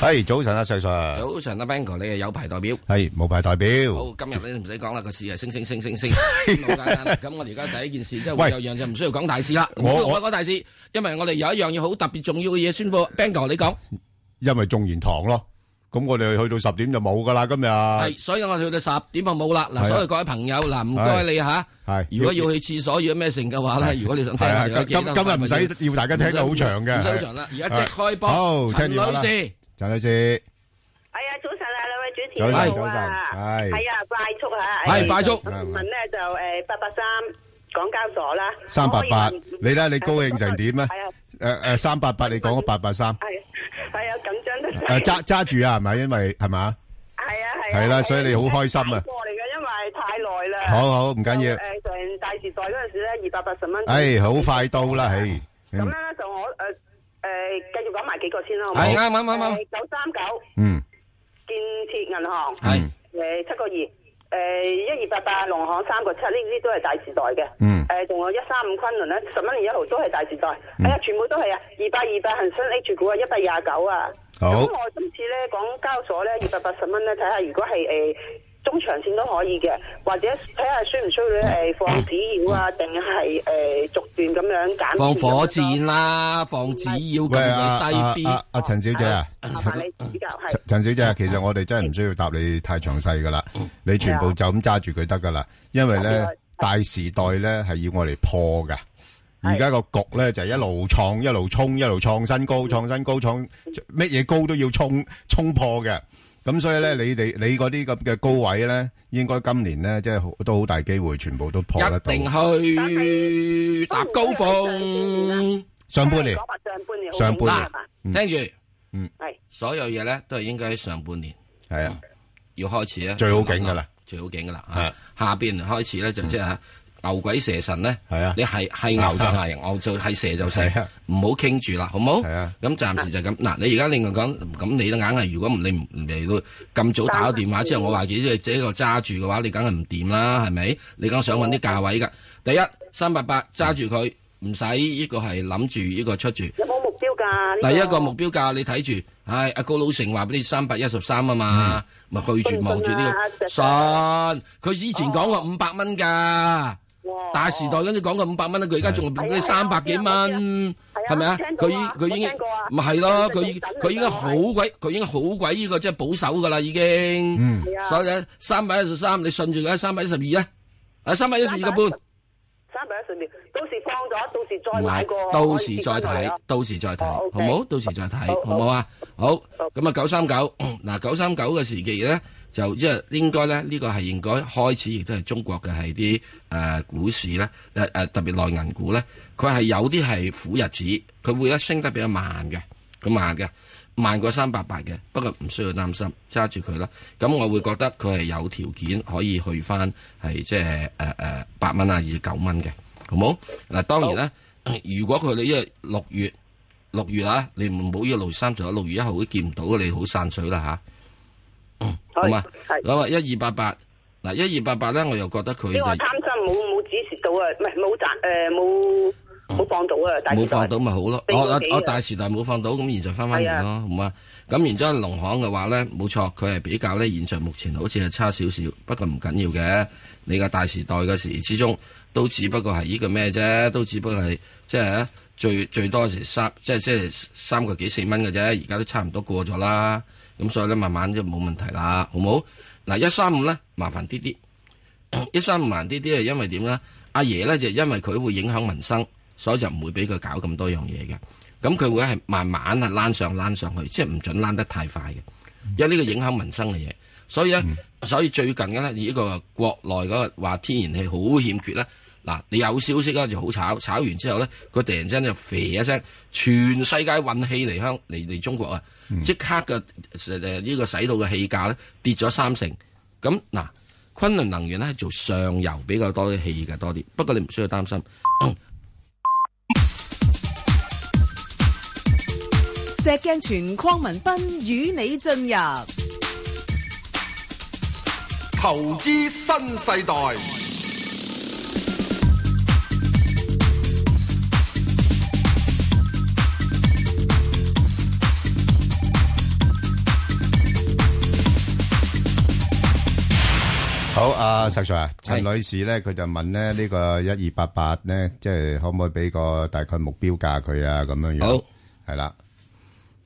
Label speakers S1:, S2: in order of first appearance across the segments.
S1: 係早晨啊，石 Sir，
S2: 早晨啊 b a n g o 你係有牌代表。
S1: 係無牌代表。
S2: 好，今日你唔使講啦，個市係升升 升升升，咁好簡單啦。咁我哋而家第一件事即係會
S1: 喂
S2: 有樣就唔需要講大事啦，唔
S1: 我
S2: 需要
S1: 我
S2: 講大事，因為我哋有一樣嘢好特別重要嘅嘢宣佈。b a n g o 你講
S1: 因為眾言堂咯，咁我哋去到十點就冇噶啦，今日
S2: 係，所以我哋去到十點就冇啦。
S1: 係啊
S2: 嗱，所以各位朋友嗱，唔該你吓，
S1: 係
S2: 如果要去廁所要咩成嘅話咧，如果你想聽下
S1: 係
S2: 有
S1: 啊
S2: 幾多
S1: 今今日唔使
S2: 分
S1: 要大家聽到好長嘅
S2: 唔使好長啦。而家即刻開
S1: 好
S2: 波，陳
S1: 聽電話
S2: 女
S1: 啦
S2: 士。
S1: 陳女士，
S3: 系啊，早晨啊，兩位主持
S1: 早晨
S3: 好
S1: 早
S3: 啊
S1: 晨係
S3: 係啊，快速啊，
S2: 係
S3: 誒
S2: 快速
S3: 我問咧就诶八八三港交所啦，
S1: 三八八
S3: 我可以問，
S1: 你咧你高興成點啊
S3: 係啊，？
S1: 誒誒，三八八你講咗八八三，
S3: 係啊，係啊，緊張得
S1: 誒揸揸住啊，係咪？因為係嘛？
S3: 係啊係啊，
S1: 係啦所以你好開心啊
S3: 過嚟嘅，因為太耐啦。
S1: 好好唔緊要
S3: 誒，上大時代嗰陣時咧，二百八十蚊。
S1: 誒，好快到啦，誒，
S3: 咁樣咧就我誒誒繼續講埋幾個先啦，好唔好？
S2: 係啱啱啱啱
S3: 九三九
S1: 嗯，
S3: 建設銀行
S2: 係
S3: 誒七個二誒一二八八農行三個七，呢啲都係大時代嘅。
S1: 嗯
S3: 誒同我一三五昆侖咧，十蚊二一毫都係大時代。哎呀，全部都係啊！二百二百恒生 H 股啊，一百廿九啊。
S1: 好
S3: 咁我今次咧講交所咧二百八十蚊咧，睇下如果係誒。中長線都可以嘅，或者睇下需唔需要
S1: 嗯
S3: 咧誒放紙鷂啊，定係誒逐段咁樣減持
S2: 放火
S3: 咁
S1: 啊
S3: 樣咯
S2: 箭啦，放紙要
S1: 喂啊
S2: 咁
S1: 啊
S2: 低 B。
S1: 啊啊，陳小姐啊。
S3: 麻煩你指教係
S1: 陳。陳小姐，其實我哋真係唔需要答你太詳細噶啦，
S2: 嗯
S1: 你全部就咁揸住佢得噶啦，因為咧大時代咧係要我嚟破噶，而家個局咧就係一路創一路衝一路創新高，創新高創乜嘢高都要衝衝破嘅，咁所以咧你哋你嗰啲咁嘅高位咧，應該今年咧即係好都好大機會全部都破得
S2: 一
S1: 到，
S2: 定去搭高峰。
S1: 上半年
S3: 講話上半年好
S1: 上半年
S3: 勁係嘛
S2: 聽住，
S3: 係
S2: 所有嘢咧都係應該喺上半年
S1: 係啊，
S2: 要開始咧，
S1: 最好景㗎啦，
S2: 最好景噶啦。
S1: 係嗯
S2: 啊下邊開始咧就即係啊牛鬼蛇神咧，
S1: 係啊
S2: 你係係牛就係牛就係蛇就蛇
S1: 係啊，
S2: 唔好傾住啦，好冇？
S1: 係啊
S2: 咁暫時就咁。嗱，你而家另外講，咁你都硬係，如果唔你唔嚟到咁早打咗電話之後，我話幾隻隻個揸住嘅話，你梗係唔掂啦，係咪？你梗想揾啲價位㗎。第一三八八揸住佢，唔使呢個係諗住呢個出住。
S3: 有冇目標㗎？呢
S2: 第一個目標價你睇住，唉，阿高老成話俾你三百一十三啊嘛，咪去住望住呢個信。啊佢以前講過五百蚊㗎，
S3: 哇
S2: 大時代跟住講過五百蚊啦，佢而家仲變咗三百幾蚊，啊係咪啊？佢已佢已經咪係咯，啊佢已佢已經好鬼，佢已經好鬼呢個即係保守㗎啦，已經。
S3: 嗯
S2: 所以咧，三百一十三，你順住佢三百一十二啊，啊三百一十二個半。
S3: 三百一十秒，到時放咗，到時再
S2: 唔
S3: 買
S2: 係
S3: 過，
S2: 到時再
S3: 可以試
S2: 睇
S3: 過，
S2: 到時再睇，
S3: 哦
S2: 好
S3: ，OK
S2: 冇？到時再
S3: 好
S2: 睇，
S3: 好
S2: 好冇啊？好，咁啊九三九，嗱九三九嘅時期咧，就即係應該咧，呢個係應該開始，亦都係中國嘅係啲誒股市咧，誒、誒特別內銀股咧，佢係有啲係苦日子，佢會咧升得比較慢嘅，咁慢嘅。慢過三百八嘅，不過唔需要擔心，揸住佢啦。咁我會覺得佢係有條件可以去翻係即係誒誒八蚊啊，二至九蚊嘅，好冇？嗱，當然啦，如果佢哋因為六月六月啊，你唔好要六月三十一，六月一號都見唔到，你好散水啦吓。好嘛，
S3: 係
S2: 咁啊一二八八，嗱一二八八咧，我又覺得佢
S3: 因為我
S2: 就
S3: 貪心冇冇指示到啊，唔係冇賺誒冇冇放到啊，大時代
S2: 冇放到咪好咯。
S3: 四
S2: 我
S3: 個
S2: 我
S3: 幾啊
S2: 我
S3: 嘅
S2: 大時代冇放到，咁現在翻翻嚟
S3: 係
S2: 咯，好嘛？咁然之後農行嘅話咧，冇錯，佢係比較咧，現在目前好似係差少少，不過唔緊要嘅。你個大時代嘅時之中，都只不過係呢個咩啫，都只不過係即係啊最最多時三，即係即係三個幾四蚊嘅啫，而家都差唔多過咗啦。咁所以咧，慢慢就冇問題啦，好冇？嗱，一三五咧麻煩啲啲。一三五萬呢啲係因為點咧？阿爺咧就因為佢會影響民生，所以就唔會俾佢搞咁多樣嘢嘅。咁佢會係慢慢係躝上躝上去，即係唔准躝得太快嘅，因為呢個影響民生嘅嘢。所以咧，所以最近嘅咧，以呢個國內嗰個話天然氣好欠缺咧，嗱，你有消息啊咧就好炒，炒完之後咧，佢突然之間就肥一聲，全世界運氣嚟香嚟嚟中國啊！即刻嘅誒呢個使到嘅氣價咧跌咗三成。咁嗱，昆侖能源咧係做上游比較多啲氣嘅多啲，不過你唔需要擔心。
S4: 石镜全框文斌与你进入
S5: 投資新世代，
S1: 好，阿石 Sir 啊，陳女士咧，佢就問咧呢個一二八八咧，即係可唔可以俾個大概目標價佢啊？咁樣樣
S2: 好，
S1: 係啦，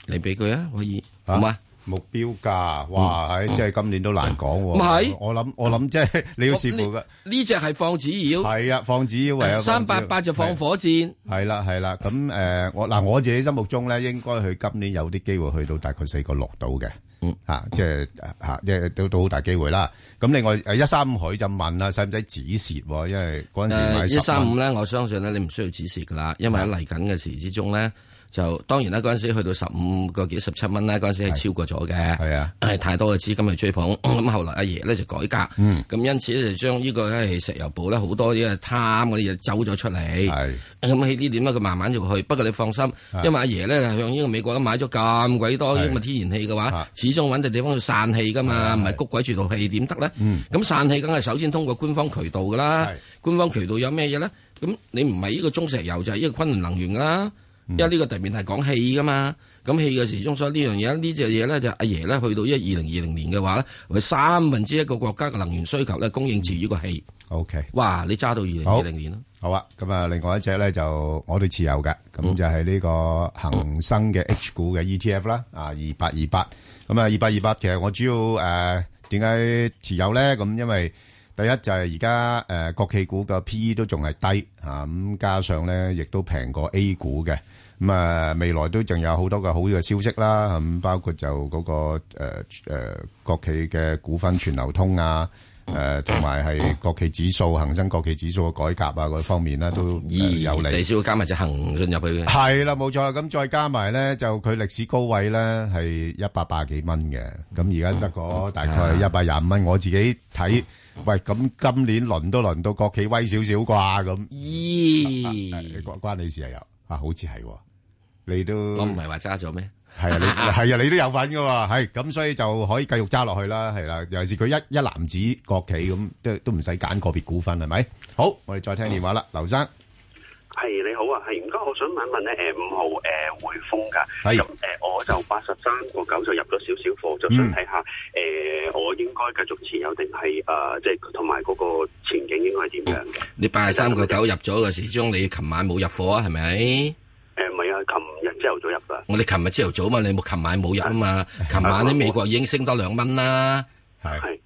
S2: 你俾佢啊，可嗯以
S1: 啊
S2: 好嘛？
S1: 目標價，哇，唉即係今年都難講喎。
S2: 唔嗯係
S1: 我諗我諗即係你要視乎嘅，
S2: 呢只係放紙鷂，
S1: 係啊，放紙為啊，
S2: 三八八就放火箭，
S1: 係啦，係啦，咁诶，我嗱我自己心目中咧，應該佢今年有啲機會去到大概四個六度嘅，
S2: 嗯
S1: 吓，即係吓，即係都都好大機會啦。咁另外一三五佢就問啦，使唔使止蝕喎？因為嗰阵时
S2: 誒
S1: 買
S2: 一三
S1: 10
S2: 五
S1: 蚊
S2: 咧，我相信咧你唔需要指示噶啦，因為喺嚟緊嘅時之中咧，就當然啦嗰陣時去到十五個幾十七蚊咧，嗰陣時係超過咗嘅，
S1: 係嗯啊，
S2: 係太多嘅資金去追捧，咁後來阿爺咧就改革，
S1: 嗯
S2: 咁因此咧就將呢個係石油部咧好多呢個貪嗰啲嘢走咗出嚟。
S1: 係。
S2: 咁喺呢點咧，啊佢慢慢就會去。不過你放心，因為阿爺咧向呢個美國咧買咗咁鬼多
S1: 係
S2: 咁嘅天然氣嘅話
S1: 啊，
S2: 始終揾隻地方去散氣噶嘛，唔係谷鬼住套氣點得咧？咁散氣梗係首先通過官方渠道噶啦
S1: 係。
S2: 官方渠道有咩嘢咧？咁你唔係呢個中石油就係呢個昆侖能源噶啦，因為呢個特別係講氣噶嘛。咁氣嘅時鐘，所以呢樣嘢呢隻嘢咧就阿爺咧去到一二零二零年嘅話咧，為三分之一個國家嘅能源需求咧供應至於個氣。
S1: OK，
S2: 哇！你揸到二零
S1: 好
S2: 二零年啦。
S1: 好啊。咁啊，另外一隻咧就我哋持有嘅，咁、就係呢個恒生嘅 H 股嘅 ETF 啦，啊二八二八。咁啊，二八二八其實我主要誒點解持有咧？咁因為第一就係而家誒國企股嘅 P E 都仲係低啊，咁加上咧亦都平過 A 股嘅。咁啊，未來都仲有好多嘅好嘅消息啦，咁包括就嗰、個誒誒、呃呃國企嘅股份全流通啊，誒同埋係國企指數、恒生國企指數嘅改革啊嗰方面啦，都呃
S2: 咦，
S1: 有利
S2: 第。少加埋隻恒信入 去嘅。
S1: 系啦，冇錯啦。咁再加埋咧，就佢歷史高位咧係一百八幾蚊嘅，咁而家得個大概一百廿五蚊。我自己睇，喂，咁今年輪都輪到國企威少少啩咁。誒
S2: 咦，
S1: 關關你事啊啊又啊，好似係喎，你都
S2: 我唔係話揸咗咩？
S1: 係啊， 你係啊，你都有份噶喎，係咁，所以就可以繼續揸落去啦，係啦。尤其是佢一一籃子國企咁，都都唔使揀個別股份，係咪？好，我哋再聽電話啦，劉生。
S6: 係你好啊，係唔該，我想問一問咧，誒五號誒匯豐㗎，
S1: 係
S6: 咁誒我就八十三個九就入咗少少貨，就
S1: 嗯
S6: 想睇下誒我應該繼續持有定係誒即係同埋嗰個前景應該係點樣嘅？
S2: 你八三個九入咗嘅時鐘，你琴晚冇入貨啊？係咪？
S6: 誒唔係啊，琴日朝頭早入㗎，
S2: 我哋琴日朝頭早嘛，你冇琴晚冇入 啊嘛？琴晚喺美國已經升多兩蚊啦，
S1: 係。
S6: 係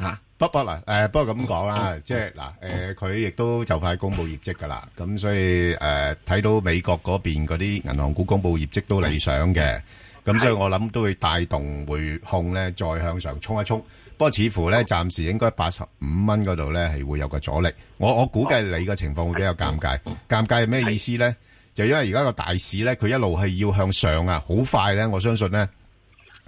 S2: 嚇！
S1: 不不嗱，誒不過咁講啦，即係嗱誒，佢亦都就快公佈業績㗎啦，咁所以誒睇到美國嗰邊嗰啲銀行股公佈業績都理想嘅，咁所以我諗都會帶動匯控咧再向上衝一衝。不過似乎咧暫時應該八十五蚊嗰度咧係會有個阻力，我我估計你嘅情況會比較尷尬。尷尬係咩意思咧？就因為而家個大市咧，佢一路係要向上啊，好快咧，我相信咧。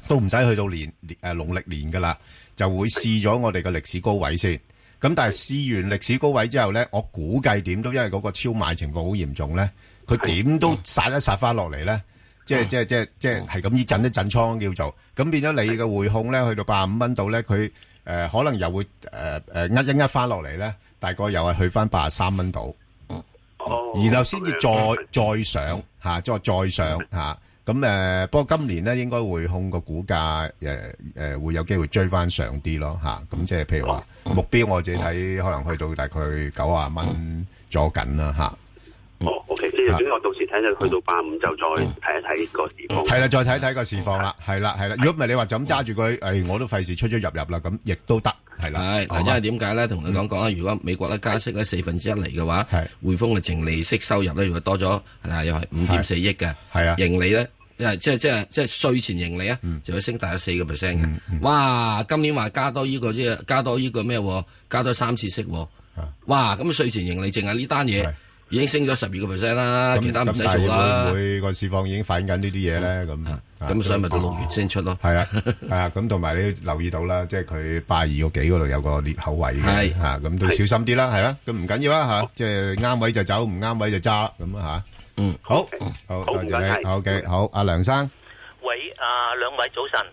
S1: 都唔使去到年誒農曆年噶啦，就會試咗我哋嘅歷史高位先。咁但係試完歷史高位之後咧，我估計點都因為嗰個超賣情況好嚴重咧，佢點都殺一殺翻落嚟咧，即係即係即係即係係咁依震一震倉叫做，咁變咗你嘅匯控咧去到八五蚊度咧，佢誒、呃可能又會誒誒呃一呃翻落嚟咧，大概又係去翻八十三蚊度。
S6: 哦，
S1: 然後先至再
S6: 咁樣
S1: 再上嚇，再再上嚇。咁誒，不過今年咧應該匯控個股價誒誒會有機會追翻上啲咯嚇。咁即係譬如話目標，我自己睇可能去到大概九啊蚊左緊啦嚇。
S6: 哦，OK，即係
S1: 啊
S6: 總之我到時睇就去到八五就再睇一睇個市況。
S1: 嗯係啦，再睇睇個市況啦，係啦係啦。如果唔係你話就咁揸住佢，誒我都費事出出入入啦，咁亦都得係啦
S2: 係。嗱，因為點解咧？同你講講啦，如果美國咧加息咧四分之一嚟嘅話
S1: 嗯係，
S2: 匯豐嘅淨利息收入咧，如果多咗啊，又係五點四億嘅，
S1: 係啊嗯
S2: 盈利咧。即係即係即係即係税前盈利啊，就會升大咗四個 percent 嘅。哇！今年話加多呢個即係加多呢個咩喎？加多三次息喎。
S1: 啊
S2: 哇！咁税前盈利淨係呢單嘢已經升咗十二個 percent 啦，
S1: 咁
S2: 其他唔使
S1: 咁但係
S2: 做啦。
S1: 會唔會個市況已經反映緊呢啲嘢呢？咁，啊，
S2: 咁所以咪到六月先出咯。
S1: 係啊， 係啊，咁同埋你留意到啦，即係佢82個幾嗰度有個裂口位嘅，
S2: 係。
S1: 啊，咁都小心啲啦，係啦，咁唔緊要啦，吓，即係啱位就走，唔啱位就揸，咁啊，吓。好，好，
S7: 好，
S1: 多謝
S7: 唔該
S1: 你，
S7: 晒。
S1: 好嘅，好，阿梁生，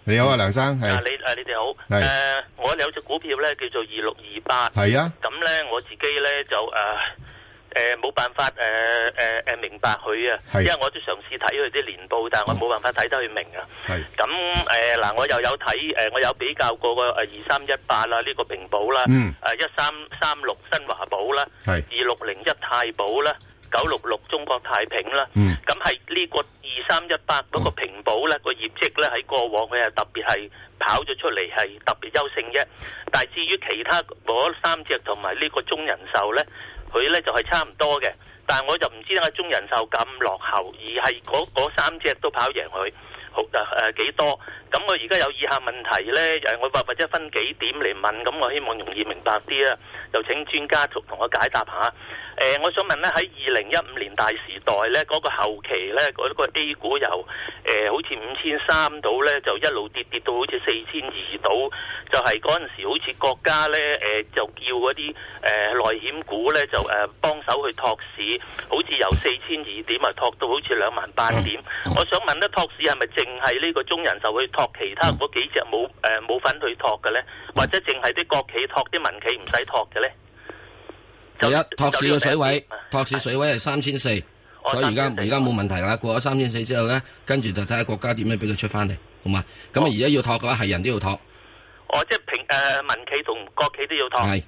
S1: 你好啊，梁生，係，
S7: 喂，啊，兩位早晨。啊，你啊，你哋好。
S1: 係
S7: 誒，我有隻股票咧叫做二六二八。
S1: 係啊。
S7: 咁咧，我自己咧就誒誒冇辦法誒誒誒明白佢啊，
S8: 係哦
S7: 因為我都嘗試睇佢啲年報，但係我冇辦法睇得佢明啊。
S1: 係
S7: 咁誒嗱，我又有睇誒、我有比較過個誒二三一八啊啦，呢、個平保啦，
S8: 嗯
S7: 誒一三三六新華保啦，
S8: 係
S7: 二六零一太保啦，九六六中國太平啦，
S8: 嗯
S7: 咁係呢個二三一八嗰個平保咧個業績咧喺過往佢係特別係跑咗出嚟係特別優勝啫，但係至於其他嗰三隻同埋呢個中人壽咧，佢咧就係、差唔多嘅。但係我就唔知點解中人壽咁落後，而係嗰嗰三隻都跑贏佢。好誒誒、呃、幾多？咁我而家有以下問題咧，誒我或或者分幾點嚟問，咁我希望容易明白啲啦。就請專家同同我解答下。誒、我想問咧，喺二零一五年大時代咧，嗰、個後期咧，嗰、個 A 股由誒、呃好似五千三到咧，就一路跌跌到好似四千二到，就係嗰陣時好似國家咧誒、就叫嗰啲誒內險股咧就誒、幫手去托市，好似由四千二點啊托到好似兩萬八點。我想問咧，托市係咪淨係呢個中人壽去托其他嗰幾隻冇誒冇份去托嘅咧，或者淨係啲國企托啲民企唔使托嘅咧？
S2: 第一托市嘅水位，托市水位係三千哦四，所以而家而家冇問題啦。過咗三千四之後咧，跟住就睇下國家點樣俾佢出翻嚟，好嘛？咁啊，而家要托嘅話係人都要托，
S7: 哦，即係平誒、民企同國企都要托。
S2: 係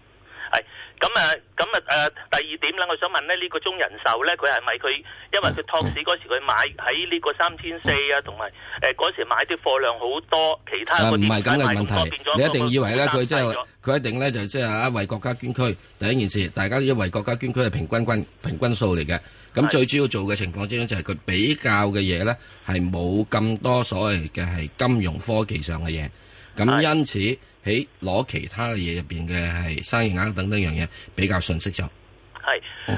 S7: 係咁啊，咁啊誒，第二點咧，我想問咧，呢、個中人壽咧，佢係咪佢因為
S2: 嗯
S7: 佢托市嗰時佢買喺呢個三千四啊，同埋誒嗰時買啲貨量好多，其他
S2: 啊
S7: 嗰
S2: 唔
S7: 啲
S2: 係咁嘅問
S7: 買咁多
S2: 題。
S7: 變咗
S2: 你一
S7: 個
S2: 定以為咧
S7: 負擔
S2: 佢即
S7: 大
S2: 係
S7: 咗
S2: 佢一定咧就即係啊為國家捐軀。第一件事，大家都因為國家捐軀係平均均平均數嚟嘅。咁最主要做嘅情況之中就係佢比較嘅嘢咧係冇咁多所謂嘅係金融科技上嘅嘢。咁因此喺攞其他嘅嘢入邊嘅係生意額等等樣嘢比較順適咗。
S7: 係
S2: 哦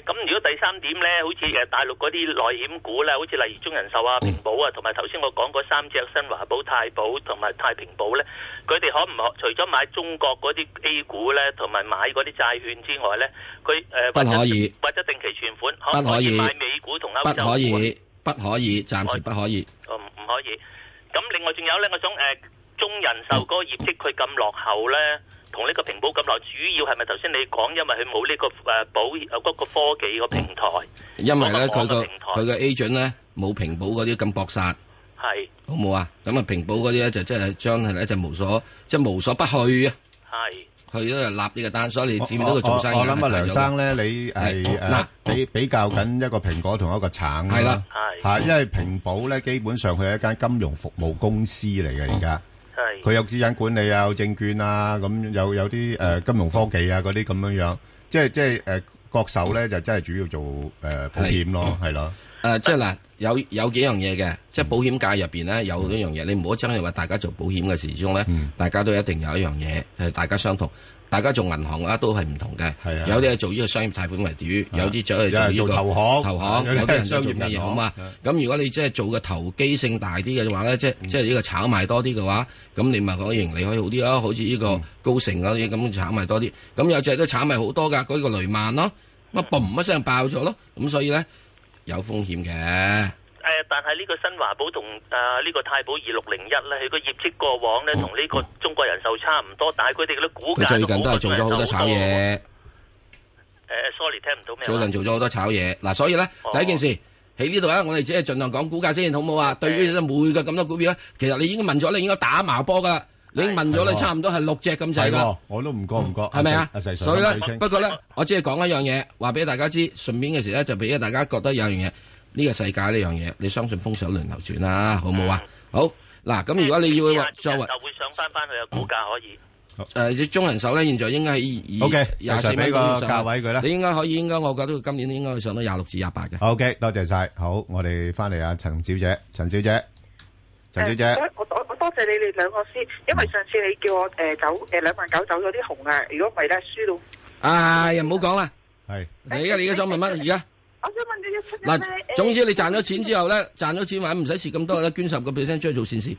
S7: 誒，咁、如果第三點咧，好似誒大陸嗰啲內險股咧，好似例如中人壽啊、
S2: 嗯
S7: 平保啊，同埋頭先我講嗰三隻新華保、太保同埋太平保咧，佢哋可唔可除咗買中國嗰啲 A 股咧，同埋買嗰啲債券之外咧，佢誒、呃、
S2: 不可以
S7: 或者定期存款可唔
S2: 不可
S7: 可
S2: 以
S7: 以買美股同
S2: 不
S7: 歐洲股啊？
S2: 可以，不可以，暫時不可以。
S7: 哦，唔可以。咁另外仲有咧，我想誒、呃中人壽嗰個業績佢咁落後咧，同呢個平保咁落，主要係咪頭先你講，因為佢冇呢個誒、呃保險呃嗰、個科技個平台
S2: 因為咧
S7: 嗰個
S2: 佢
S7: 網
S2: 個
S7: 絡平台
S2: 佢個 agent 咧冇平保嗰啲咁搏殺，
S7: 係
S2: 好冇啊？咁啊平保嗰啲咧就即係將係咧就無所即係無所不去啊！
S7: 係
S2: 去咗就立呢個單，所以你佔到個做生意
S1: 我-
S2: 額
S1: 我-
S2: 係
S1: 我諗
S2: 大咗嘅。
S1: 啊，梁生呢，你係，
S2: 係
S1: 誒，
S2: 嗱
S1: 比-比較緊一個蘋果同一個橙啊。
S2: 係啦。
S1: 嚇，因為蘋保呢，基本上佢係一間金融服務公司嚟嘅，而家。佢有資產管理啊，有證券啊，咁有-有啲，誒，金融科技啊，嗰啲咁樣樣。即係-即係，誒，國壽呢，就真係主要做，誒，保險咯，係咯。
S2: 誒、即係嗱，有有幾樣嘢嘅，即係保險界入邊咧有呢樣嘢，你唔好真係話大家做保險嘅時鐘咧，
S1: 嗯
S2: 大家都一定有一樣嘢係大家相同。大家做銀行啊，都係唔同嘅。
S1: 啊
S2: 有啲係做呢個商業貸款為主，有啲就係
S1: 有
S2: 做
S1: 人
S2: 呢個
S1: 做投行
S2: 投行啊
S1: 有啲係
S2: 有啲人就
S1: 商業
S2: 做乜
S1: 銀行
S2: 嘢好嘛
S1: 係啊？
S2: 咁如果你即係做嘅投機性大啲嘅話咧，即係即係呢個炒賣多啲嘅話，咁你咪講盈利可以好啲啊咯。好似呢個高盛嗰啲咁炒賣多啲，咁有隻都炒賣好多㗎，嗰、個雷曼咯，咁啊嘣一聲爆咗咯，咁所以咧有風險嘅。
S7: 誒、但係呢個新華保同誒呢個太保二六零一咧，佢個業績過往咧同呢個中國人壽差唔多，但係佢哋嗰啲股
S2: 佢
S7: 價
S2: 最近都係做咗好多炒嘢，
S7: 誒、s o r r y 聽唔到咩話？
S2: 最近做咗好多炒嘢。嗱，所以咧第一件事喺呢度咧，我哋只係盡量講股價先，好唔好啊？對於每個咁多股票咧，其實你已經問咗，你應該打麻波噶。你問咗
S1: 係
S2: 你
S1: 喎
S2: 差唔多係六隻咁滯噶，
S1: 係喎，我都唔覺唔覺，
S2: 係咪啊
S1: 阿細-？阿細水
S2: 所以
S1: 水
S2: 咧，
S1: 清。
S2: 不過咧，我只係講一樣嘢，話俾大家知。順便嘅時咧，就俾大家覺得有樣嘢，呢個世界呢樣嘢，你相信風水輪流轉啦，好唔好啊？好嗱，咁如果你要話作為
S7: 就會上翻翻去嘅股價可以。
S2: 誒，隻中人手咧，現在應該喺二
S1: OK，
S2: 廿四
S1: 石 Sir 俾
S2: 蚊
S1: 個
S2: 嗰邊上
S1: 價位佢啦
S2: 你應該可以，應該我覺得佢今年應該會上到廿六至廿八嘅。
S1: 好，OK，多謝晒。好，我哋返嚟啊，陳小姐，陳小姐，陳小姐。
S9: 誒我我我多謝你哋兩個先，因為上次你叫我誒、走誒兩萬九走咗啲紅啊，如果唔係咧輸到。
S2: 啊，唉，又唔好講啦。
S1: 係
S2: 你而家你而家想問乜？而家
S3: 我想問你一出
S2: 嗱，總之你賺咗錢之後咧，賺咗錢或者唔使蝕咁多啦，捐十個 percent 出去做善事。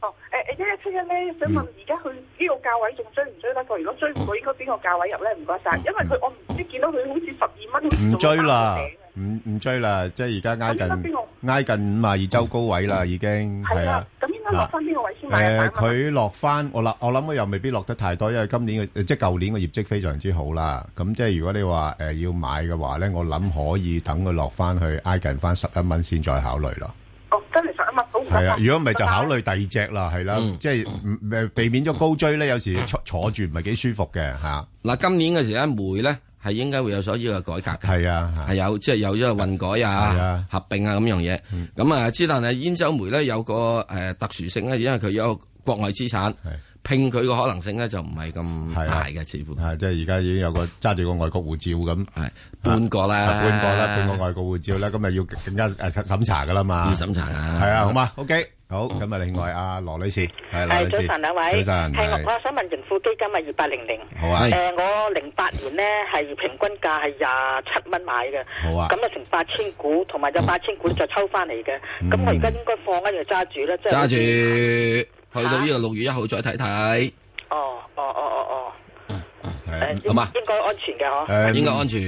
S3: 哦，誒誒一一七一咧，
S1: 嗯
S3: 想問而家佢呢個價位仲追唔追得過？如果追唔過，應該邊個價位入咧？唔該晒，因為佢我唔知見到佢好似十二蚊，好似
S1: 嗯唔追
S3: 做
S1: 啦
S3: 到三個幾，
S1: 唔唔追啦，即係而家挨
S3: 咁應
S1: 近
S3: 該邊
S1: 挨近五啊二周高位啦，已經
S3: 啊係
S1: 係啦
S3: 啦。，咁應該落翻邊個位先買
S1: 誒
S3: 啊？
S1: 佢落翻，我諗我諗佢又未必落得太多，因為今年嘅即係舊年個業績非常之好啦。咁即係如果你話誒要買嘅話咧，我諗可以等佢落翻去挨近翻十一蚊先再考慮咯。
S3: 哦，真係想一蚊好唔
S1: 係啊，如果唔係就考慮第二隻啦，係啦，即係唔誒避免咗高追咧，有時坐坐住唔係幾舒服嘅嚇。
S2: 嗱，今年嘅時咧，煤咧係應該會有所要嘅改革嘅，
S1: 係啊，
S2: 係有即係有咗運改
S1: 係
S2: 啊
S1: 啊、嗯
S2: 合併啊咁樣嘢。咁啊，之但係煙州煤咧有個誒特殊性咧，因為佢有個國外資產，拼佢嘅可能性咧就唔係咁
S1: 係啊
S2: 大嘅，似乎
S1: 係即係而家已經有個揸住個外國護照咁。
S2: 係半個啦，
S1: 啊半個啦，半個外國護照啦，咁咪要更加誒審審查噶啦嘛。
S2: 要審查啊，
S1: 係啊，好嘛，OK，好。咁啊，另外阿羅女士，係羅
S3: 係
S1: 女
S3: 早
S1: 士，
S3: 晨兩位，
S1: 早晨，
S3: 係我
S1: 係
S3: 我想問盈富基金啊，二八零零。
S1: 好啊，
S2: 係
S3: 誒，我零八年咧係平均價係廿七蚊買嘅，
S1: 好啊
S3: 咁啊成八千股，同埋有八千股就抽翻嚟嘅。咁
S1: 嗯
S3: 我而家應該放跟住揸住啦，即係
S2: 揸住去到呢個六月一號再睇睇，
S3: 哦哦哦哦
S1: 係
S3: 哦，
S2: 好嘛
S3: 應應該安全嘅嗬。
S1: 誒
S2: 應該安全。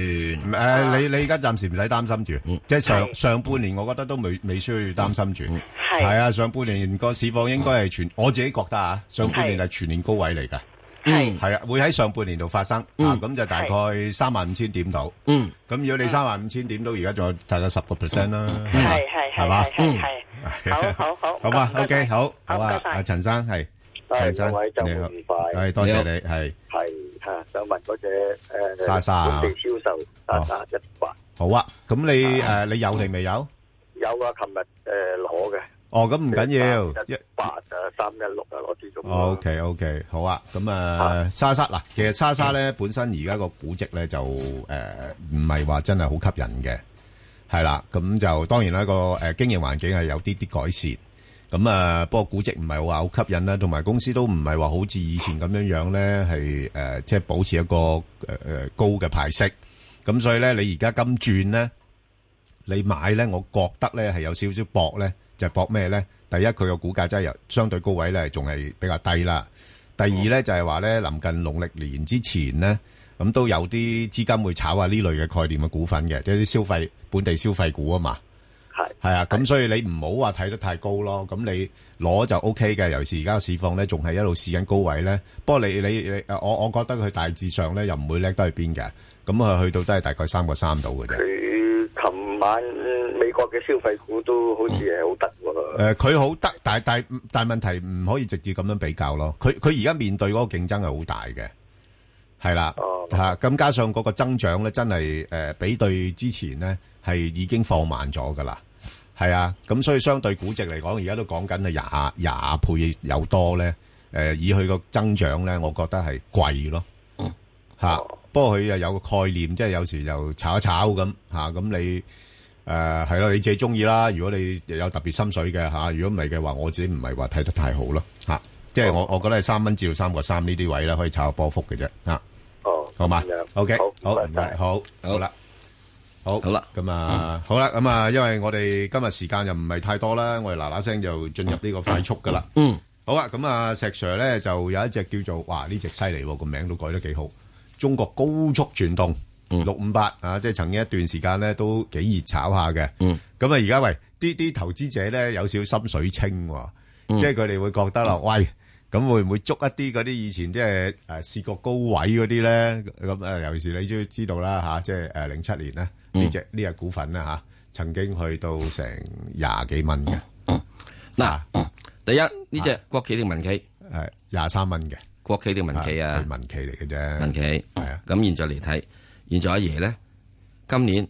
S1: 誒，你你而家暫時唔使擔心住，即係上上半年，我覺得都未未需要擔心住。
S3: 係
S1: 係啊，上半年個市況應該係全，我自己覺得啊，上半年係全年高位嚟㗎。
S2: 嗯
S1: 係啊，會喺上半年度發生啊，咁就大概三萬五千點度。
S2: 嗯，
S1: 咁如果你三萬五千點到，而家仲有大概十個 percent 啦，係嘛
S3: 係係
S1: 嗯係嘛
S3: 係係 係，好好好，
S1: 好嘛
S3: 唔該
S1: ，OK，
S3: 晒
S1: 好，好
S3: 唔
S1: 啊
S3: 該，晒
S1: 阿陳生係，
S8: 係
S1: 陳生
S8: 各位周末
S1: 你好
S8: 愉快
S1: 係多謝
S2: 你
S1: 你，係
S8: 系吓，想問嗰只诶
S1: 莎莎啊
S8: 本地銷售莎莎一百
S1: 好啊，咁你誒你有定未有？
S8: 有啊，琴日诶攞嘅
S1: 哦，咁唔緊要，
S8: 一
S1: 一
S8: 百啊三一六啊攞啲咗。
S1: OK OK，好啊，咁啊，莎莎嗱，其實莎莎咧本身而家個估值咧就誒呃唔係話真係好吸引嘅，係啦，咁就當然啦個誒經營環境係有啲啲改善。咁啊，不過估值唔係話好吸引啦，同埋公司都唔係話好似以前咁樣樣咧，係誒、呃即係保持一個誒誒、呃高嘅派息。咁所以咧，你而家金轉咧，你買咧，我覺得咧係有少少搏咧，就係搏咩咧？第一，佢個股價真係由相對高位咧，仲係比較低啦。第二咧就係話咧，臨近農曆年之前咧，咁都有啲資金會炒下呢類嘅概念嘅股份嘅，即係啲消費本地消費股啊嘛。
S8: 係
S1: 係啊，咁所以你唔好話睇得太高咯。咁你攞就 O K 嘅，尤其是而家個市況咧，仲係一路試緊高位咧。不過你你你，我我覺得佢大致上咧又唔會叻得去邊嘅。咁啊，去到都係大概三個三度嘅啫。
S8: 佢琴晚美國嘅消費股都好似係好得喎。
S1: 誒呃佢好得，但係但係但係問題唔可以直接咁樣比較咯。佢佢而家面對嗰個競爭係好大嘅，係啦
S8: 哦
S1: 嚇。咁、加上嗰個增長咧，真係誒、呃比對之前咧係已經放慢咗㗎啦。係啊，咁所以相對估值嚟講，而家都講緊係廿廿倍有多咧。誒、以佢個增長咧，我覺得係貴咯。嚇、不過佢又有個概念，即係有時又炒一炒咁嚇，咁、你。誒呃係咯，你自己中意啦。如果你有特別心水嘅嚇，如果唔係嘅話，我自己唔係話睇得太好咯嚇。即係我我覺得係三蚊至到三個三呢啲位啦，可以炒下波幅嘅啫嚇，
S8: 哦，
S1: 好嘛
S8: 咁樣
S1: ？OK，好，
S8: 好，
S1: 唔該，好，好啦。好，
S2: 好啦
S1: 咁啊，好啦，咁啊，因為我哋今日時間又唔係太多啦，我哋嗱嗱聲就進入呢個快速噶啦。
S2: 嗯，
S1: 好啊，咁啊，石 Sir 咧就有一隻叫做，哇，呢隻犀利喎，個名都改得幾好，中國高速傳動六五八啊，即係曾經一段時間咧都幾熱炒下嘅。
S2: 嗯，
S1: 咁啊，而家喂啲啲投資者咧有少少心水清喎，即係佢哋會覺得啦，喂。咁會唔會捉一啲嗰啲以前即係誒試過高位嗰啲咧？咁誒尤其是你都知道啦吓，即係誒零七年咧
S2: 嗯
S1: 呢只呢只股份啦吓，曾經去到成廿幾蚊嘅，
S2: 嗱，
S1: 啊
S2: 第一呢只國企定民企？
S1: 誒廿三蚊嘅，
S2: 國企定民企啊？
S1: 係民企嚟嘅啫，
S2: 民企
S1: 係啊
S2: 咁現在嚟睇，現在阿爺咧，今年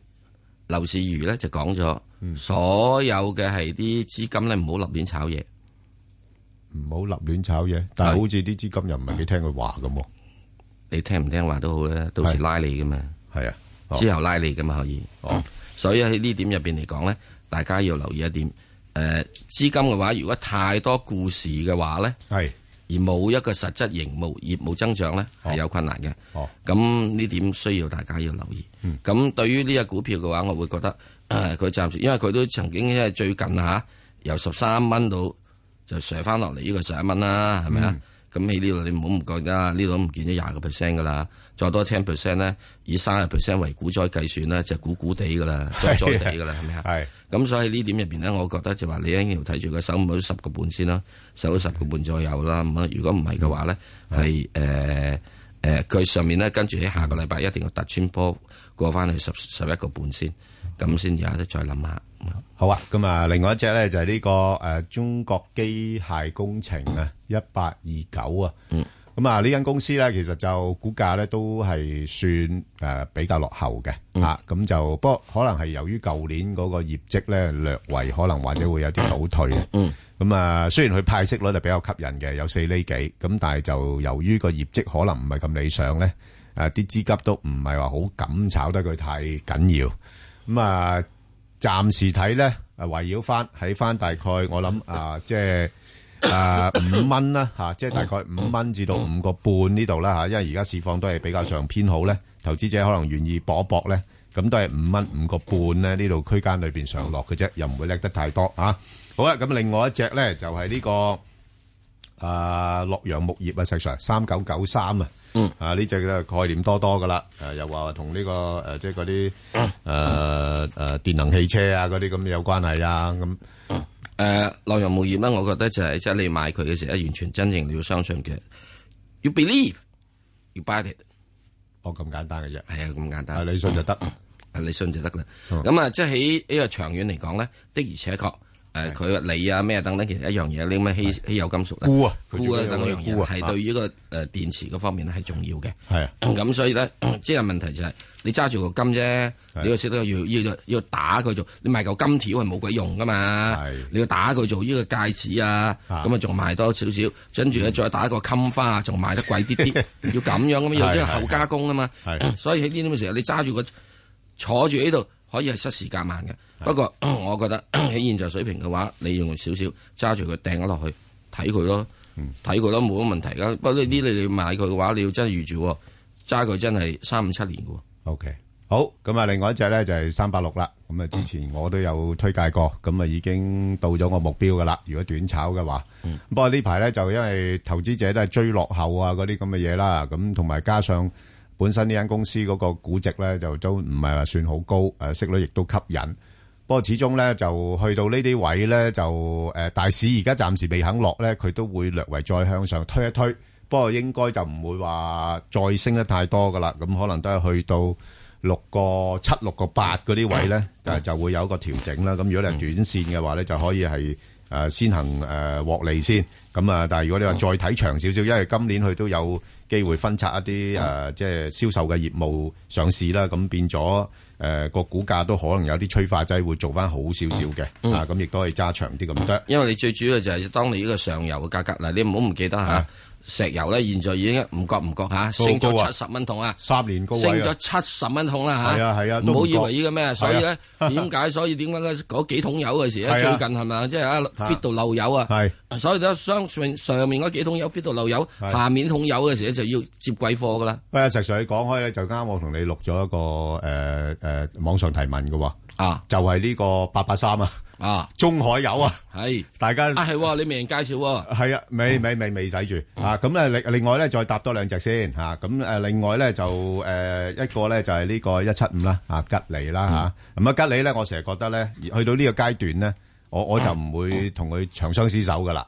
S2: 樓市如咧就講咗，
S1: 嗯
S2: 所有嘅係啲資金咧唔好立亂炒嘢，
S1: 唔好立亂炒嘢，但係
S2: 係
S1: 好似啲資金又唔係幾聽佢話咁喎，
S2: 你聽唔聽話都好啦，到時
S1: 係
S2: 拉你噶嘛，
S1: 係啊，哦
S2: 之後拉你噶嘛可以。
S1: 哦
S2: 所以喺呢點入邊嚟講咧，大家要留意一點，誒、資金嘅話，如果太多故事嘅話咧，
S1: 係
S2: 而冇一個實質營務業務增長咧，係有困難嘅。
S1: 哦，
S2: 咁呢點需要大家要留意。咁、對於呢只股票嘅話，我會覺得 呃佢、暫時，因為佢都曾經因為最近嚇、由十三蚊到就上翻落嚟呢個十一蚊啦，係咪啊？咁喺呢度你唔好唔覺得啊，呢度都唔見咗廿個 percent 噶啦，再多 ten percent 咧，以三十 percent 為股災計算咧，就估估地噶 啦，災災地噶啦，係咪啊？
S1: 係
S2: 咁所以呢點入邊咧，我覺得就話你一定要睇住佢守唔到十個半先啦，守到十個半左右啦。咁啊，如果唔係嘅話咧，係誒誒佢上面咧跟住喺下個禮拜一定要突穿波過翻去十十一個半先，咁先有得再諗下。
S1: 好啊，咁啊，另外一隻咧就係呢、個呃中國機械工程啊，一八二九啊，咁啊呢間公司咧其實就股價咧都係算诶比較落後嘅、啊，咁就不過可能係由於舊年嗰個業績咧略為可能或者會有啲倒退嘅。咁啊，雖然佢派息率係比較吸引嘅，有四厘幾，咁但係就由於個業績可能唔係咁理想咧，誒啲資金都唔係話好敢炒得佢太緊要。咁啊，暫時睇咧，誒圍繞翻喺翻大概我諗啊，即係誒五蚊啦嚇，即係大概五蚊至到五個半呢度啦嚇，因為而家市況都係比較上偏好咧，投資者可能願意搏一搏咧，咁都係五蚊五個半咧呢度區間裏邊上落嘅啫，又唔會叻得太多啊。好啦，咁另外一隻咧就係呢、個。啊，洛陽木業啊，石 Sir 三九九三啊，嗯，啊呢只嘅概念多多噶啦，誒、又話同呢個誒、即係嗰
S2: 嗯
S1: 啲誒誒電能汽車啊嗰啲咁有關係啊，咁
S2: 誒內容無業咧，我覺得就係即係你買佢嘅時候，完全真正你要相信嘅，you believe，you buy it，
S1: 哦咁簡單嘅啫，
S2: 係啊咁簡
S1: 啊
S2: 單，
S1: 你信就得，
S2: 啊你信就得啦。
S1: 哦
S2: 咁啊，即係喺呢個長遠嚟講咧，的而且確。誒佢鋰啊咩等等，其實一樣嘢，你咩稀稀有金屬咧，
S1: 鈷啊佢
S2: 鈷
S1: 仲
S2: 啊
S1: 有
S2: 等樣
S1: 鈷
S2: 嘢，
S1: 啊
S2: 係對於個誒電池嗰方面咧係重要嘅。
S1: 係啊，
S2: 咁所以咧， 即係問題就係你揸住個金啫，你要識得要要要打佢做，你賣嚿金條係冇鬼用噶嘛
S1: 係，
S2: 你要打佢做呢個戒指啊，
S1: 啊嗯
S2: 咁啊仲賣多少少，跟住咧再打個襟花啊，仲賣得貴啲 啲，要咁樣咁嘛，要
S1: 係
S2: 啲
S1: 係
S2: 後加工啊嘛
S1: 係，
S2: 所以喺呢啲咁嘅時候，你揸住個坐住喺度可以係失時夾慢嘅，不過嗯我覺得喺現在水平嘅話，你用少少揸住佢掟咗落去睇佢咯。
S1: 嗯
S2: 睇佢咯，冇乜問題噶。不過呢啲你要買佢嘅話，你要真係預住喎揸佢真係三五七年嘅喎。
S1: OK，好，咁啊，另外一隻咧就係三八六啦。咁啊，之前我都有推介過，咁啊已經到咗我目標噶啦。如果短炒嘅話，不過呢排咧就因為投資者都係追落後啊嗰啲咁嘅嘢啦，咁同埋加上本身呢間公司嗰個估值咧就都唔係話算好高，誒息率亦都吸引。不過始終咧就去到呢啲位咧就誒、呃大市而家暫時未肯落咧，佢都會略為再向上推一推。不過應該就唔會話再升得太多噶啦，咁可能都係去到六個七、六個八嗰啲位咧，就就會有一個調整啦。咁如果你係短線嘅話咧，就可以係誒、呃先行誒、呃、獲利先。咁啊，但係如果你話再睇長少少，因為今年佢都有機會分拆一啲誒、呃即係銷售嘅業務上市啦，咁變咗誒個股價都可能有啲催化劑，會做翻好少少嘅啊，咁亦都係揸長啲咁得。
S2: 因為你最主要就係當你呢個上游嘅價格嗱，你唔好唔記得嚇
S1: 啊，
S2: 石油咧現在已經唔覺唔覺嚇升
S1: 高
S2: 咗
S1: 啊
S2: 七十蚊桶啊！
S1: 三年高
S2: 升
S1: 位啊
S2: 咗，七十蚊桶啦嚇，
S1: 係啊係啊都唔
S2: 唔好
S1: 覺
S2: 以為呢個咩，所以
S1: 係
S2: 咧
S1: 啊
S2: 點解？所以點解咧嗰幾桶油嘅時咧，
S1: 係啊
S2: 最近係咪啊即係啊 fit 到漏油啊？
S1: 係
S2: 所以咧上上上面嗰幾桶油 fit 到漏油，
S1: 係
S2: 下面桶油嘅時咧就要接貴貨噶啦。
S1: 喂，阿石 Sir，你講開咧，就啱我同你錄咗一個誒誒網上提問嘅喎，
S2: 啊
S1: 就係呢個八八三啊，
S2: 啊，
S1: 中海油啊，
S2: 係。
S1: 大 家
S2: 啊，係喎，你未人介紹喎。
S1: 係啊，未未未未使住啊，咁咧另另外咧再搭多兩隻先嚇，咁誒另外咧就誒一個咧就係呢個一七五啦，啊吉利啦嚇，咁啊吉利咧我成日覺得咧，去到呢個階段咧，我我就唔會同佢長相廝守噶啦，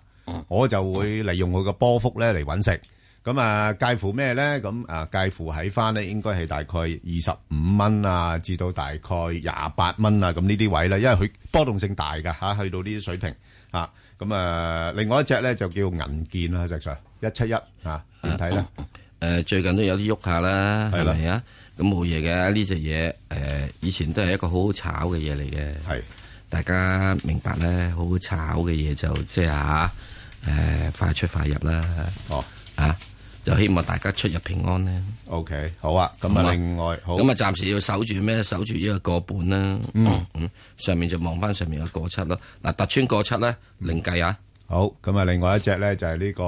S1: 我就會利用佢個波幅咧嚟揾食。咁啊，介乎咩咧？咁啊，介乎喺翻咧，應該係大概二十五蚊啊，至到大概廿八蚊啊，咁呢啲位咧，因為佢波動性大噶嚇、去到呢啲水平啊。咁啊，另外一隻咧就叫銀建啦，石 Sir 一七一啊，點睇咧？
S2: 誒，最近都有啲喐下啦，
S1: 係
S2: 係
S1: 啦
S2: 咪啊？咁冇嘢嘅呢隻嘢，誒，以前都係一個好好炒嘅嘢嚟嘅。
S1: 係
S2: 大家明白咧，好好炒嘅嘢就即係嚇誒，快出快入啦。
S1: 哦
S2: 啊，就希望大家出入平安咧。
S1: ，OK，好啊。咁
S2: 好
S1: 啊，
S2: 啊
S1: 另外好
S2: 咁啊，暫時要守住咩？守住呢個個半啦。嗯嗯，上面就望翻上面個過七咯。嗱，突穿過七咧，另計啊。
S1: 好，咁啊，另外一隻咧就係呢個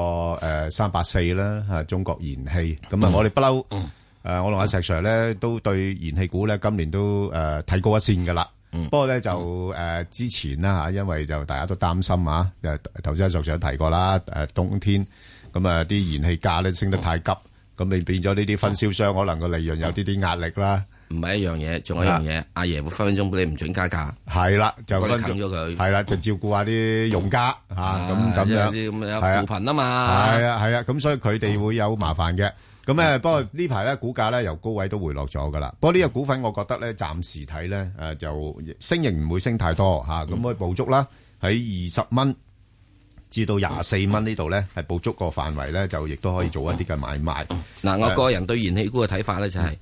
S1: 诶三八四啦，吓中國燃氣。咁啊，
S2: 嗯
S1: 我哋不嬲诶，誒我同阿石 Sir 咧都對燃氣股咧今年都诶睇高一線噶啦。不過咧就诶之前啦吓，因為就大家都擔心啊，誒頭先阿石 Sir 都提過啦，诶冬天咁啊啲燃氣價咧升得太急，咁你變咗呢啲分銷商可能個利潤有啲啲壓力啦。
S2: 唔係一樣嘢，仲有一
S1: 啊
S2: 樣嘢，阿爺會分分鐘俾你唔准加價。
S1: 係啦，就
S2: 幫你
S1: 分
S2: 啃咗佢。
S1: 係啦，就照顧下啲用家吓，啊咁咁樣
S2: 啊即係啲咁
S1: 係
S2: 樣
S1: 啊
S2: 扶貧啊嗯嘛。
S1: 係啊，係啊，咁所以佢哋會有麻煩嘅。咁誒，不過呢排咧股價咧由高位都回落咗噶啦。不過呢個股份我覺得咧，暫時睇咧誒就升型唔會升太多
S2: 嗯
S1: 嚇，咁可以捕捉啦，喺二十蚊至到廿四蚊呢度咧係捕捉個範圍咧，就亦都可以做一啲嘅買賣。
S2: 嗱，我個人對燃氣股嘅睇法咧就係，
S1: 啊嗯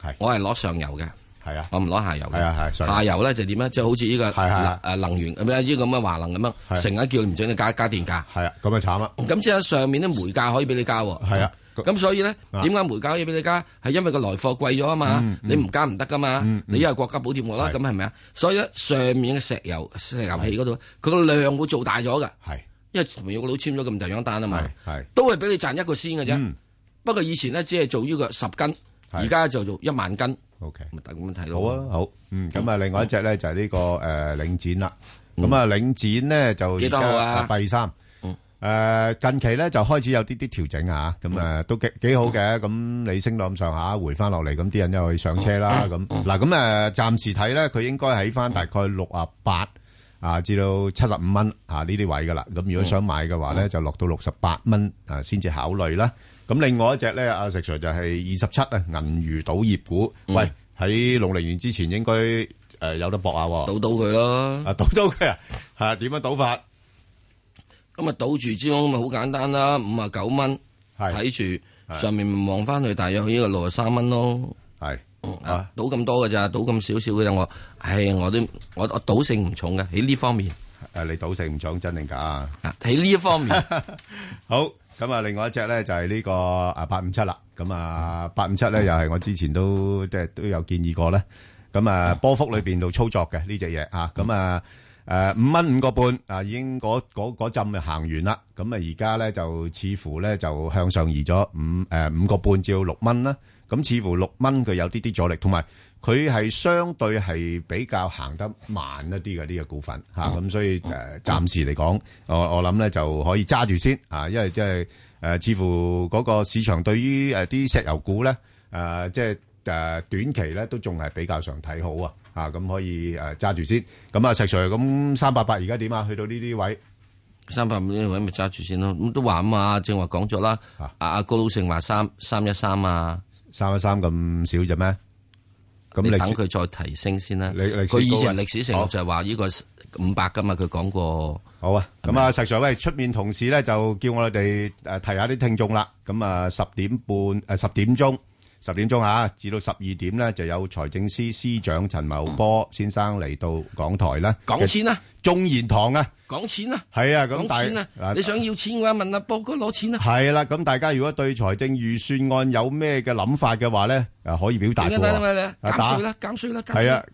S1: 係
S2: 我係攞上游嘅，
S1: 係啊，
S2: 我唔攞下游
S1: 係
S2: 嘅。
S1: 啊係上游
S2: 下游咧就點咧？即係好似呢
S1: 係係係
S2: 個誒能源咁樣，呢個咁嘅華能咁
S1: 係
S2: 樣，成日叫你唔准你加加電價。
S1: 係啊，咁啊慘啦，
S2: 咁即係上面啲煤價可以俾你加喎。
S1: 係啊
S2: 咁所以咧，
S1: 啊嗯
S2: 點解煤價可以俾你加？係因為個來貨貴咗啊嘛，你唔加唔得噶嘛
S1: 嗯嗯。
S2: 你因為國家補貼我啦，
S1: 係
S2: 咁係咪啊？所以咧，上面嘅石油石油氣嗰度，佢個量會做大咗噶，
S1: 係
S2: 因為同有個佬簽咗咁大張單啊嘛
S1: 係，係
S2: 都係俾你賺一個先嘅啫
S1: 嗯。
S2: 不過以前咧，只係做呢個十斤，而家就做一萬斤，
S1: OK。
S2: 咪大咁樣睇
S1: 好
S2: 咯。
S1: 啊，好，嗯，咁啊，另外一隻咧就係呢個诶领展啦，咁啊，領展咧就
S2: 幾多號啊
S1: 八二三
S2: 嗯，
S1: 诶，近期咧就開始有啲啲調整啊，咁啊都幾几好嘅，咁你升到咁上下，回翻落嚟，咁啲人又去上車啦，咁嗱，咁诶，暫時睇咧，佢應該喺翻大概六啊八。啊，至到七十五蚊啊呢啲位噶啦，咁如
S2: 嗯
S1: 果想買嘅話咧，就落到六十八蚊啊，先至考慮啦。咁另外一隻咧，阿石 Sir 就係二十七啊，銀娛賭業股，
S2: 嗯
S1: 喂，喺農曆年之前應該誒有得搏下喎，
S2: 賭到佢咯。
S1: 啊賭到嘅嚇點樣賭法？
S2: 咁啊，賭住之後咁咪好簡單啦，五啊九蚊
S1: 係
S2: 睇住上面咪望翻去，大約去呢個六啊三蚊咯。
S1: 係
S2: 啊，賭咁多嘅咋，賭咁少少嘅咋，我，唉，我都我我賭性唔重嘅，喺呢方面
S1: 誒，啊你賭性唔準真定假啊？
S2: 啊，喺呢一方 面
S1: 好，咁啊，另外一隻咧就係呢個啊八五七啦。咁啊，八五七咧又係我之前都即係都有建議過咧。咁啊，波幅裏邊度操作嘅呢只嘢啊，咁啊。誒五蚊五個半啊，已經嗰嗰嗰陣就行完啦。咁啊，而家咧就似乎咧就向上移咗五誒五個半至到六蚊啦。咁似乎六蚊佢有啲啲阻力，同埋佢係相對係比較行得慢一啲嘅呢個股份嚇。咁、所以誒、呃，暫時嚟講，我我諗咧就可以揸住先啊，因為即係誒，似乎嗰個市場對於誒啲石油股咧誒、呃即係誒、呃短期咧都仲係比較上睇好啊。啊，咁可以誒揸住先。咁啊，石 Sir，咁三八八而家點啊？去到呢啲位，
S2: 三百五呢位咪揸住先咯。咁都話啊嘛，正話講咗啦，
S1: 啊
S2: 阿阿高佬成話三三一三啊，
S1: 三一三咁少啫咩？咁
S2: 你
S1: 歷
S2: 等
S1: 史
S2: 佢再提升先啦。
S1: 你歷史
S2: 佢以前
S1: 高位啊
S2: 歷史成就係話呢個五百噶嘛，佢講過。
S1: 好啊，咁啊，石 Sir，喂，出面同事咧就叫我哋誒提下啲聽眾啦。咁啊，十點半誒十點鐘，十點鐘嚇，至到十二點咧就有財政司司長陳茂波先生嚟到港台啦。
S2: 講錢啦，
S1: 中研堂啊，
S2: 講錢啦，
S1: 係啊，咁
S2: 講
S1: 但
S2: 錢
S1: 係
S2: 啦，你想要錢嘅話，問阿波哥攞錢啊啦。
S1: 係啦，咁大家如果對財政預算案有咩嘅諗法嘅話咧，誒可以表達
S2: 點
S1: 嘅
S2: 解
S1: 喎。
S2: 等等
S1: 啊
S2: 減
S1: 打
S2: 税啦，減税啦，減
S1: 係
S2: 税
S1: 啊，。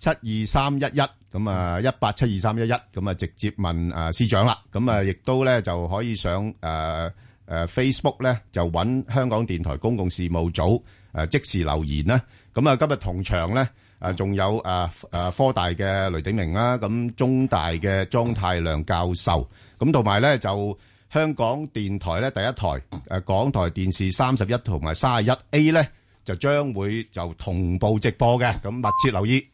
S1: 1872311，咁啊，1872311咁啊，直接問，啊，司長啦。咁啊，亦都呢，就可以上，呃，呃，Facebook呢，就搵香港電台公共事務組，呃，即時留言啦。咁啊，今日同場呢，啊，仲有，啊，科大嘅雷鼎明啦，咁中大嘅莊太亮教授。咁同埋呢，就香港電台呢，第一台，誒，港台電視31同埋31A呢，就將會就同步直播嘅，咁密切留意。